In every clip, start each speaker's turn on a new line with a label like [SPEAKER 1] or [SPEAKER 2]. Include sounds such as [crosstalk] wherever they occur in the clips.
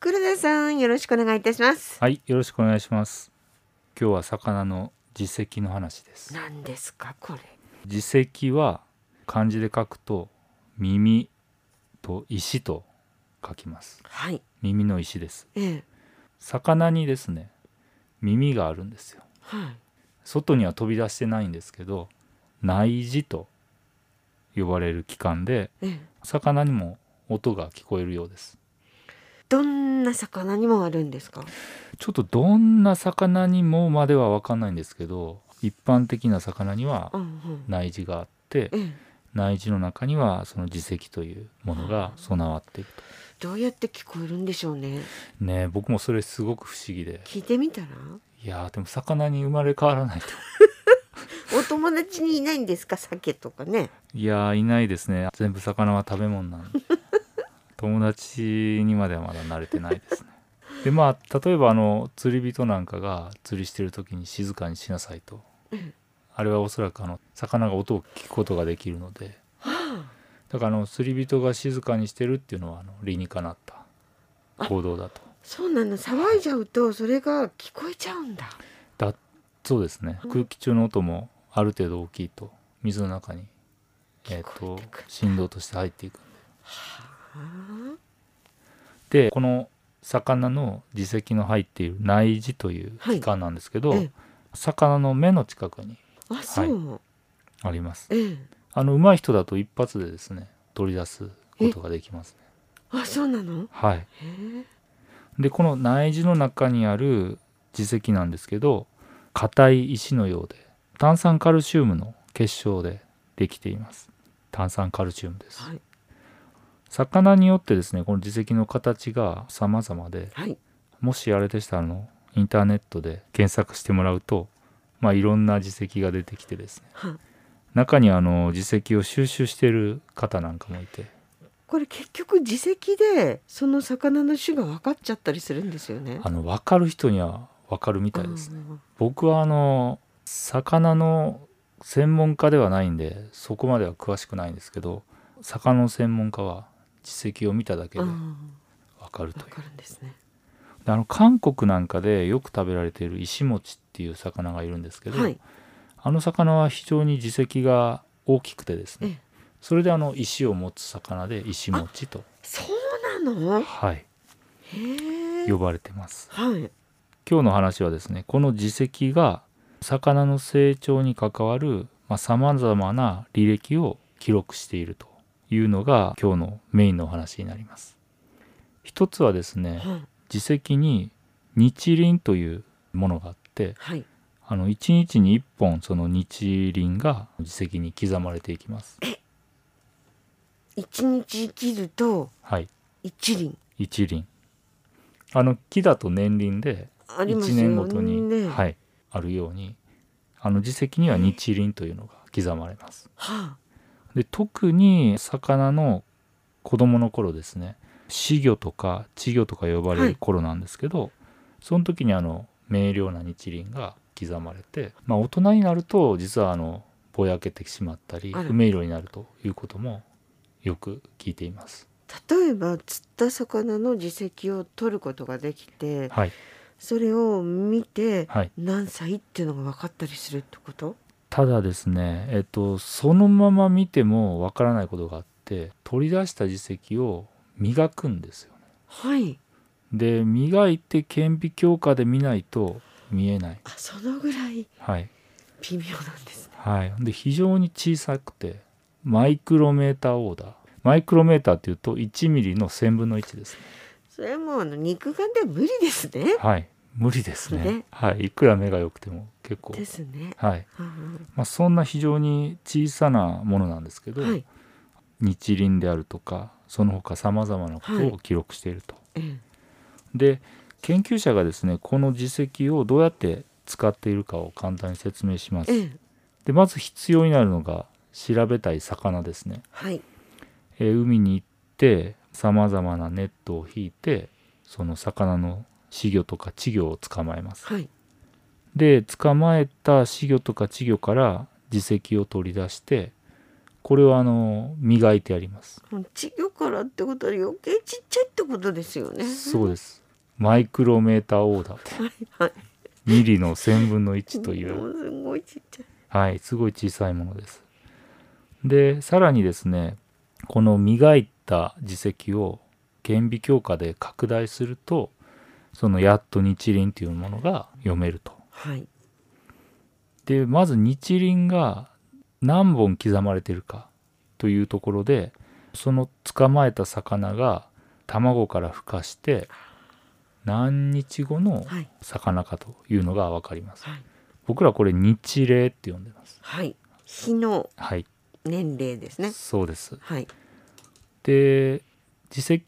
[SPEAKER 1] 黒田さん、よろしくお願いいたします。
[SPEAKER 2] はい、よろしくお願いします。今日は魚の耳石の話です。
[SPEAKER 1] 何ですか、これ。
[SPEAKER 2] 耳石は漢字で書くと耳と石と書きます。
[SPEAKER 1] はい。
[SPEAKER 2] 耳の石です。
[SPEAKER 1] ええ。
[SPEAKER 2] 魚にですね、耳があるんですよ。
[SPEAKER 1] はい。
[SPEAKER 2] 外には飛び出してないんですけど、内耳と呼ばれる器官で、
[SPEAKER 1] ええ。
[SPEAKER 2] 魚にも音が聞こえるようです。
[SPEAKER 1] どんな魚にもあるんですか。
[SPEAKER 2] ちょっとどんな魚にもまでは分かんないんですけど一般的な魚には
[SPEAKER 1] うんうん。
[SPEAKER 2] 内耳があって
[SPEAKER 1] ええ。
[SPEAKER 2] 内耳の中にはその耳石というものが備わっている
[SPEAKER 1] どうやって聞こえるんでしょうね。
[SPEAKER 2] とねえ僕もそれすごく不思議で
[SPEAKER 1] 聞いてみたら。
[SPEAKER 2] いやーでも魚に生まれ変わらないと
[SPEAKER 1] お友達にいないんですか、鮭とかね。
[SPEAKER 2] いやーいないですね全部魚は食べ物な
[SPEAKER 1] [laughs]
[SPEAKER 2] んで友達にまではまだ慣れてないですねでまあ例えばあの釣り人なんかが釣りしてる時に静かにしなさいと
[SPEAKER 1] うん
[SPEAKER 2] あれはおそらくあの魚が音を聞くことができるので
[SPEAKER 1] は
[SPEAKER 2] だからあの釣り人が静かにしてるっていうのはあの理にかなった行動だと
[SPEAKER 1] あ。そうなの、騒いじゃうと、それが聞こえちゃうんだ。
[SPEAKER 2] だそうですね
[SPEAKER 1] うん
[SPEAKER 2] 空気中の音もある程度大きいと水の中に、
[SPEAKER 1] 聞
[SPEAKER 2] えー、
[SPEAKER 1] ことえてくる
[SPEAKER 2] 振動として入っていく
[SPEAKER 1] は
[SPEAKER 2] でこの魚の耳石の入っている内耳という
[SPEAKER 1] はい
[SPEAKER 2] 器官なんですけど、
[SPEAKER 1] ええ
[SPEAKER 2] 魚の目の近くに
[SPEAKER 1] あ。あ、そう。
[SPEAKER 2] あります
[SPEAKER 1] ええ。
[SPEAKER 2] あの上手い人だと一発でですね取り出すことができますね
[SPEAKER 1] あ、そうなの。
[SPEAKER 2] はい
[SPEAKER 1] へえ。
[SPEAKER 2] でこの内耳の中にある耳石なんですけど硬い石のようで炭酸カルシウムの結晶でできています炭酸カルシウムです
[SPEAKER 1] はい。
[SPEAKER 2] 魚によってですねこの耳石の形が様々で
[SPEAKER 1] はい。
[SPEAKER 2] もしあれでしたらあのインターネットで検索してもらうとまあいろんな耳石が出てきてですね
[SPEAKER 1] は。
[SPEAKER 2] 中にはあの耳石を収集している方なんかもいて
[SPEAKER 1] これ結局自責でその魚の種が分かっちゃったりするんですよね。
[SPEAKER 2] あの分かる人には分かるみたいですね
[SPEAKER 1] うん
[SPEAKER 2] 僕はあの魚の専門家ではないんでそこまでは詳しくないんですけど魚の専門家は実績を見ただけ
[SPEAKER 1] う
[SPEAKER 2] で
[SPEAKER 1] んう
[SPEAKER 2] わ
[SPEAKER 1] ん、
[SPEAKER 2] かるとい
[SPEAKER 1] 分
[SPEAKER 2] う、
[SPEAKER 1] かるんですね。
[SPEAKER 2] であの韓国なんかでよく食べられている石餅っていう魚がいるんですけど、
[SPEAKER 1] はい。
[SPEAKER 2] あの魚は非常に耳石が大きくてです
[SPEAKER 1] え
[SPEAKER 2] ね
[SPEAKER 1] え
[SPEAKER 2] それであの石を持つ魚で石餅と、
[SPEAKER 1] そうなの。
[SPEAKER 2] はい、
[SPEAKER 1] へえ。
[SPEAKER 2] 呼ばれてます
[SPEAKER 1] はい。
[SPEAKER 2] 今日の話はですねこの耳石が魚の成長に関わるさまざ、まな履歴を記録しているというのが今日のメインのお話になります一つはですね
[SPEAKER 1] はい。
[SPEAKER 2] 耳石に日輪というものがあって
[SPEAKER 1] はい。
[SPEAKER 2] あの1日に1本その日輪が耳石に刻まれていきます
[SPEAKER 1] 一日生きると
[SPEAKER 2] はい
[SPEAKER 1] 一輪
[SPEAKER 2] 一輪あの木だと年輪で
[SPEAKER 1] あります
[SPEAKER 2] 1
[SPEAKER 1] よね。
[SPEAKER 2] 年ごとに、
[SPEAKER 1] は
[SPEAKER 2] はい、あるようにあの耳石には日輪というのが刻まれます
[SPEAKER 1] あ。
[SPEAKER 2] で特に魚の子供の頃ですね死魚とか稚魚とか呼ばれ
[SPEAKER 1] はい
[SPEAKER 2] る頃なんですけど、その時にあの明瞭な日輪が刻まれて、まあ、大人になると実はあのぼやけてしまったり
[SPEAKER 1] あら
[SPEAKER 2] 不明瞭になるということもよく聞いています。
[SPEAKER 1] 例えば釣った魚の耳石を取ることができて、
[SPEAKER 2] はい、
[SPEAKER 1] それを見て
[SPEAKER 2] はい
[SPEAKER 1] 何歳っていうのが分かったりするってこと？
[SPEAKER 2] ただですね、えっと、そのまま見てもわからないことがあって取り出した耳石を磨くんですよね
[SPEAKER 1] はい。
[SPEAKER 2] で磨いて顕微鏡下で見ないと見えない
[SPEAKER 1] あ、そのぐらい
[SPEAKER 2] はい
[SPEAKER 1] 微妙なんですね。
[SPEAKER 2] はいで非常に小さくてマイクロメーターオーダーマイクロメーターっていうと1ミリの1000分の1ですね
[SPEAKER 1] それはもうあの肉眼では無理ですね。
[SPEAKER 2] はい無理ですね
[SPEAKER 1] ね
[SPEAKER 2] はいいくら目が良くても結構
[SPEAKER 1] ですね。
[SPEAKER 2] はい、
[SPEAKER 1] うん
[SPEAKER 2] まあ、そんな非常に小さなものなんですけ
[SPEAKER 1] う
[SPEAKER 2] ど、
[SPEAKER 1] んはい。
[SPEAKER 2] 日輪であるとかその他さまざまなことを記録していると、
[SPEAKER 1] ええ
[SPEAKER 2] で研究者がですねこの耳石をどうやって使っているかを簡単に説明します
[SPEAKER 1] ええ
[SPEAKER 2] でまず必要になるのが調べたい魚ですね、
[SPEAKER 1] はい。
[SPEAKER 2] えー海に行ってさまざまなネットを引いてその魚の死魚とか稚魚を捕まえます
[SPEAKER 1] はい。
[SPEAKER 2] で捕まえた死魚とか稚魚から耳石を取り出してこれはあの磨いてあります。
[SPEAKER 1] 稚魚からってことは余計ちっちゃいってことですよね。
[SPEAKER 2] そうです。マイクロメーターオーダーで
[SPEAKER 1] はいはい。
[SPEAKER 2] ミリの1000分の1という
[SPEAKER 1] もうすごいちっちゃい。
[SPEAKER 2] はい、すごい小さいものです。で、さらにですね、この磨いた耳石を顕微鏡下で拡大すると、そのやっと日輪というものが読めると。
[SPEAKER 1] はい。
[SPEAKER 2] で、まず日輪が何本刻まれてるかというところで、その捕まえた魚が卵から孵化して、何日後の
[SPEAKER 1] はい。
[SPEAKER 2] 魚かというのがわかります。
[SPEAKER 1] はい。
[SPEAKER 2] 僕らこれ日齢って呼んでます。
[SPEAKER 1] はい。日の
[SPEAKER 2] はい、
[SPEAKER 1] 年齢ですね。
[SPEAKER 2] そうです。
[SPEAKER 1] はい。
[SPEAKER 2] で耳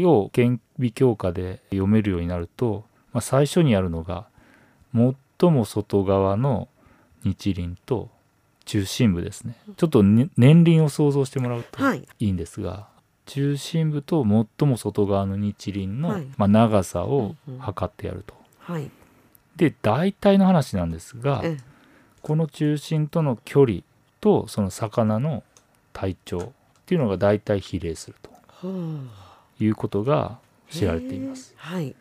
[SPEAKER 2] 石を顕微鏡下で読めるようになると、まあ、最初にやるのが最も外側の日輪と中心部ですねちょっとね年輪を想像してもらうと
[SPEAKER 1] はい。
[SPEAKER 2] いいんですが、中心部と最も外側の日輪の、
[SPEAKER 1] はい
[SPEAKER 2] まあ、長さを
[SPEAKER 1] うんうん
[SPEAKER 2] 測ってやると。
[SPEAKER 1] はい。
[SPEAKER 2] で大体の話なんですが
[SPEAKER 1] ええ
[SPEAKER 2] この中心との距離とその魚の体長っていうのが大体比例すると。
[SPEAKER 1] ほう。
[SPEAKER 2] いうことが知られていま
[SPEAKER 1] へ
[SPEAKER 2] す。
[SPEAKER 1] え。はい。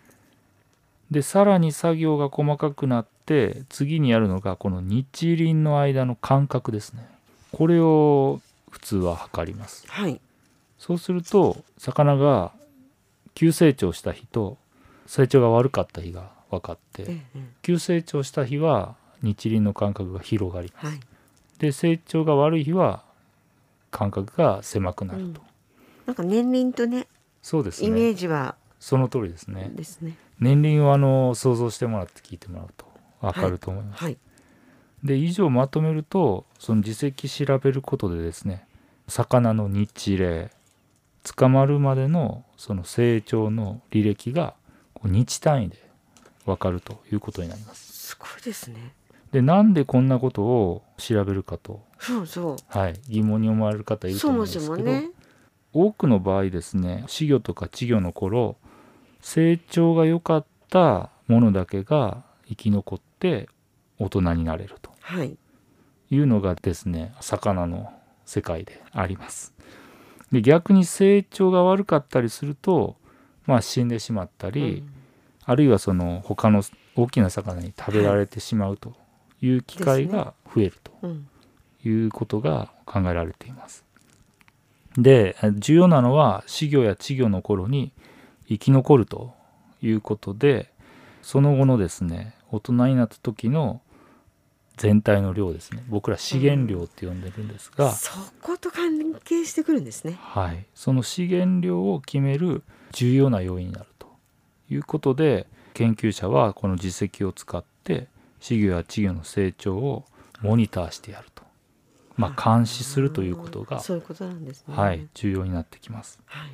[SPEAKER 2] でさらに作業が細かくなって次にやるのがこの日輪の間の間隔ですね。これを普通は測ります。
[SPEAKER 1] はい。
[SPEAKER 2] そうすると魚が急成長した日と成長が悪かった日が分かっ
[SPEAKER 1] え
[SPEAKER 2] て
[SPEAKER 1] えええ
[SPEAKER 2] 急成長した日は日輪の間隔が広がり
[SPEAKER 1] はい。
[SPEAKER 2] で成長が悪い日は間隔が狭くなると。
[SPEAKER 1] うんなんか年輪とね、
[SPEAKER 2] そうです
[SPEAKER 1] イメ
[SPEAKER 2] ね。
[SPEAKER 1] ージは
[SPEAKER 2] その通りですね。
[SPEAKER 1] ですね。
[SPEAKER 2] 年輪をあの想像してもらって聞いてもらうと分かると思います、
[SPEAKER 1] はい。
[SPEAKER 2] で以上まとめるとその耳石調べることでですね魚の日例捕まるまでのその成長の履歴がこう日単位で分かるということになります
[SPEAKER 1] すごいですね。
[SPEAKER 2] でなんでこんなことを調べるかと、
[SPEAKER 1] そうそ。
[SPEAKER 2] はい、疑問に思われる方いうると
[SPEAKER 1] そ
[SPEAKER 2] 思うん
[SPEAKER 1] も
[SPEAKER 2] です
[SPEAKER 1] そ
[SPEAKER 2] けど
[SPEAKER 1] もね。
[SPEAKER 2] 多くの場合ですね稚魚とか稚魚の頃成長が良かったものだけが生き残って大人になれると
[SPEAKER 1] はい。
[SPEAKER 2] いうのがですね魚の世界であります。で逆に成長が悪かったりすると、まあ、死んでしまったり、
[SPEAKER 1] うん
[SPEAKER 2] あるいはその他の大きな魚に食べられてしまうという機会が増えると
[SPEAKER 1] うん。
[SPEAKER 2] いうことが考えられています。で重要なのは稚魚や稚魚の頃に生き残るということでその後のですね大人になった時の全体の量ですね僕ら資源量って呼んでるんですが、
[SPEAKER 1] そこと関係してくるんですね。
[SPEAKER 2] はい、その資源量を決める重要な要因になるということで研究者はこの実績を使って稚魚や稚魚の成長をモニターしてやると、まあ、監視するということが、
[SPEAKER 1] そういうことなんですね。
[SPEAKER 2] はい、重要になってきます。
[SPEAKER 1] はい。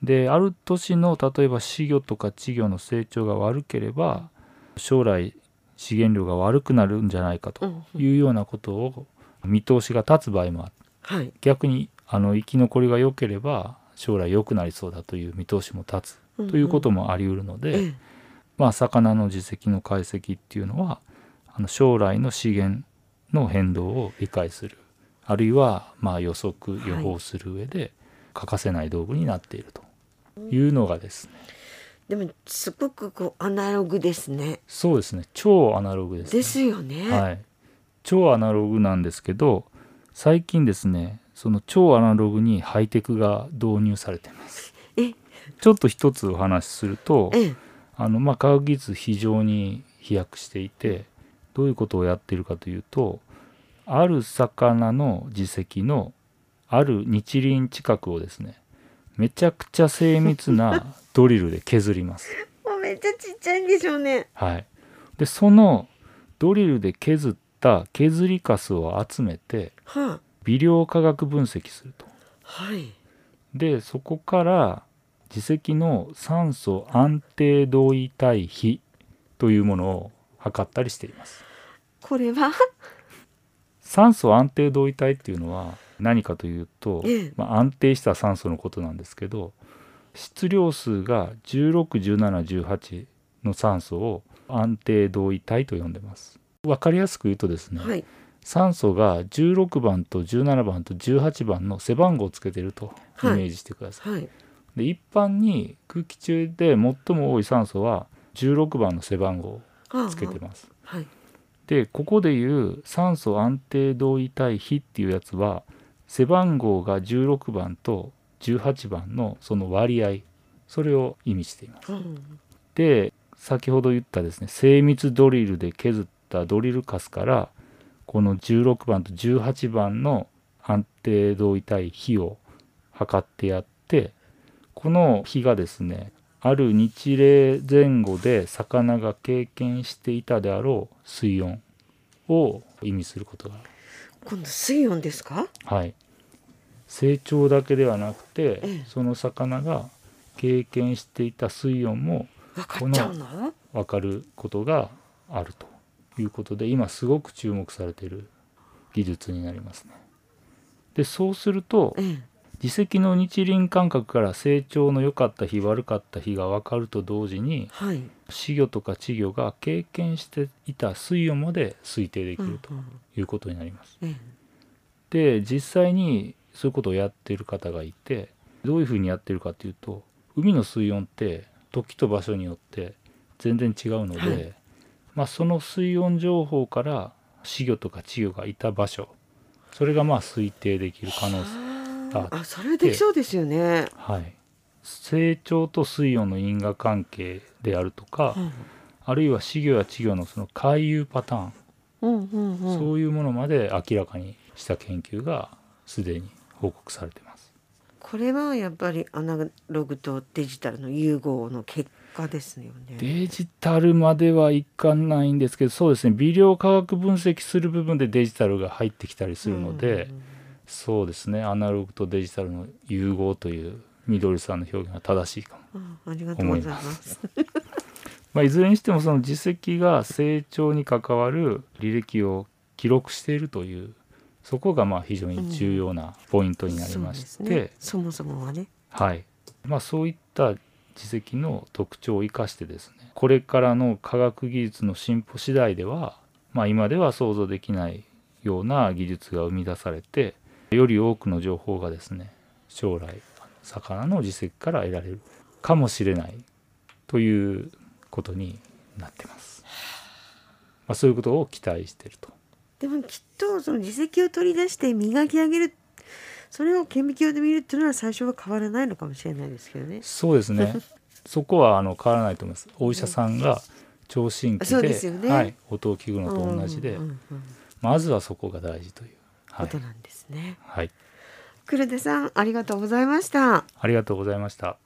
[SPEAKER 2] である年の例えば稚魚とか稚魚の成長が悪ければ将来資源量が悪くなるんじゃないか
[SPEAKER 1] う
[SPEAKER 2] と
[SPEAKER 1] んうん
[SPEAKER 2] いうようなことを見通しが立つ場合もあって
[SPEAKER 1] はい。
[SPEAKER 2] 逆にあの生き残りが良ければ将来良くなりそうだという見通しも立つということ
[SPEAKER 1] も、
[SPEAKER 2] もあり得るので、
[SPEAKER 1] ええ
[SPEAKER 2] まあ、魚の耳石の解析っていうのはあの将来の資源の変動を理解するあるいはまあ予測
[SPEAKER 1] はい
[SPEAKER 2] 予報する上で欠かせない道具になっているというのがですね
[SPEAKER 1] でもすごくこうアナログですね。
[SPEAKER 2] そうですね超アナログです、ね。
[SPEAKER 1] ですよね。
[SPEAKER 2] はい、超アナログなんですけど最近ですねその超アナログにハイテクが導入されてます
[SPEAKER 1] え
[SPEAKER 2] ちょっと一つお話しすると
[SPEAKER 1] ええ
[SPEAKER 2] あの、まあ、科学技術非常に飛躍していてどういうことをやっているかというとある魚の耳石のある日輪近くをですねめちゃくちゃ精密なドリルで削ります。
[SPEAKER 1] もうめっちゃちっちゃいんでしょうね。
[SPEAKER 2] はい、でそのドリルで削った削りカスを集めて
[SPEAKER 1] は
[SPEAKER 2] 微量化学分析すると
[SPEAKER 1] あ、はい。
[SPEAKER 2] でそこから耳石の酸素安定同位体比というものを測ったりしています
[SPEAKER 1] これは
[SPEAKER 2] 酸素安定同位体っていうのは何かというと、
[SPEAKER 1] ええ
[SPEAKER 2] まあ、安定した酸素のことなんですけど質量数が161718の酸素を安定同位体と呼んでます分かりやすく言うとですね、
[SPEAKER 1] はい
[SPEAKER 2] 酸素が16番と17番と18番の背番号をつけてるとイメ
[SPEAKER 1] はい
[SPEAKER 2] ージしてください。
[SPEAKER 1] はい
[SPEAKER 2] で一般に空気中で最も多い酸素は16番の背番号
[SPEAKER 1] ああ
[SPEAKER 2] をつけてます。
[SPEAKER 1] はい
[SPEAKER 2] でここでいう酸素安定同位体比っていうやつは背番号が16番と18番のその割合それを意味しています。
[SPEAKER 1] うん
[SPEAKER 2] で先ほど言ったですね精密ドリルで削ったドリルカスからこの16番と18番の安定同位体比を測ってやってこの比がですねある日例前後で魚が経験していたであろう水温を意味することがある。
[SPEAKER 1] 今度水温ですか
[SPEAKER 2] はい、成長だけではなくて、
[SPEAKER 1] ええ
[SPEAKER 2] その魚が経験していた水温も
[SPEAKER 1] 分かっちゃうの
[SPEAKER 2] 分かることがあるということで今すごく注目されている技術になりますね。でそうすると
[SPEAKER 1] ええ
[SPEAKER 2] 自石の日輪感覚から成長の良かった日悪かった日が分かると同時に
[SPEAKER 1] はい
[SPEAKER 2] 死魚とか稚魚が経験していた水温まで推定でき
[SPEAKER 1] う
[SPEAKER 2] る
[SPEAKER 1] ん
[SPEAKER 2] と
[SPEAKER 1] うん
[SPEAKER 2] いうことになります。
[SPEAKER 1] ええ
[SPEAKER 2] で実際にそういうことをやってる方がいてどういうふうにやってるかっていうと海の水温って時と場所によって全然違うので、
[SPEAKER 1] はい
[SPEAKER 2] まあ、その水温情報から死魚とか稚魚がいた場所それがまあ推定できる可能性
[SPEAKER 1] ああそれできそうですよね
[SPEAKER 2] はい成長と水温の因果関係であるとか、
[SPEAKER 1] うん
[SPEAKER 2] あるいは死魚や稚魚のその回遊パターン、
[SPEAKER 1] うんうんうん
[SPEAKER 2] そういうものまで明らかにした研究がすでに報告されてます。
[SPEAKER 1] これはやっぱりアナログとデジタルの融合の結果ですよね。
[SPEAKER 2] デジタルまではいかないんですけどそうですね微量化学分析する部分でデジタルが入ってきたりするので、
[SPEAKER 1] うん
[SPEAKER 2] そうですねアナログとデジタルの融合というみどりさんの表現が正しいかも、
[SPEAKER 1] うんありがとうございます。
[SPEAKER 2] まあ、いずれにしてもその実績が成長に関わる履歴を記録しているというそこがまあ非常に重要なポイントになりまして、
[SPEAKER 1] そうですね。そもそもはね。
[SPEAKER 2] はいまあ、そういった実績の特徴を生かしてですねこれからの科学技術の進歩次第では、まあ、今では想像できないような技術が生み出されてより多くの情報がですね将来あの魚の実績から得られるかもしれないということになってます。まあ、そういうことを期待していると。
[SPEAKER 1] でもきっとその自責を取り出して磨き上げるそれを顕微鏡で見るっていうのは最初は変わらないのかもしれないですけどね。
[SPEAKER 2] そうです
[SPEAKER 1] [laughs]
[SPEAKER 2] ね。そこはあの変わらないと思います。お医者さんが聴診器
[SPEAKER 1] そう
[SPEAKER 2] で
[SPEAKER 1] ですよね
[SPEAKER 2] はい、音を聞くのと同じで、
[SPEAKER 1] うんうんうん
[SPEAKER 2] まずはそこが大事という。は
[SPEAKER 1] こ
[SPEAKER 2] い
[SPEAKER 1] と、なんですね。
[SPEAKER 2] はい、
[SPEAKER 1] 黒田さんありがとうございました。
[SPEAKER 2] ありがとうございました。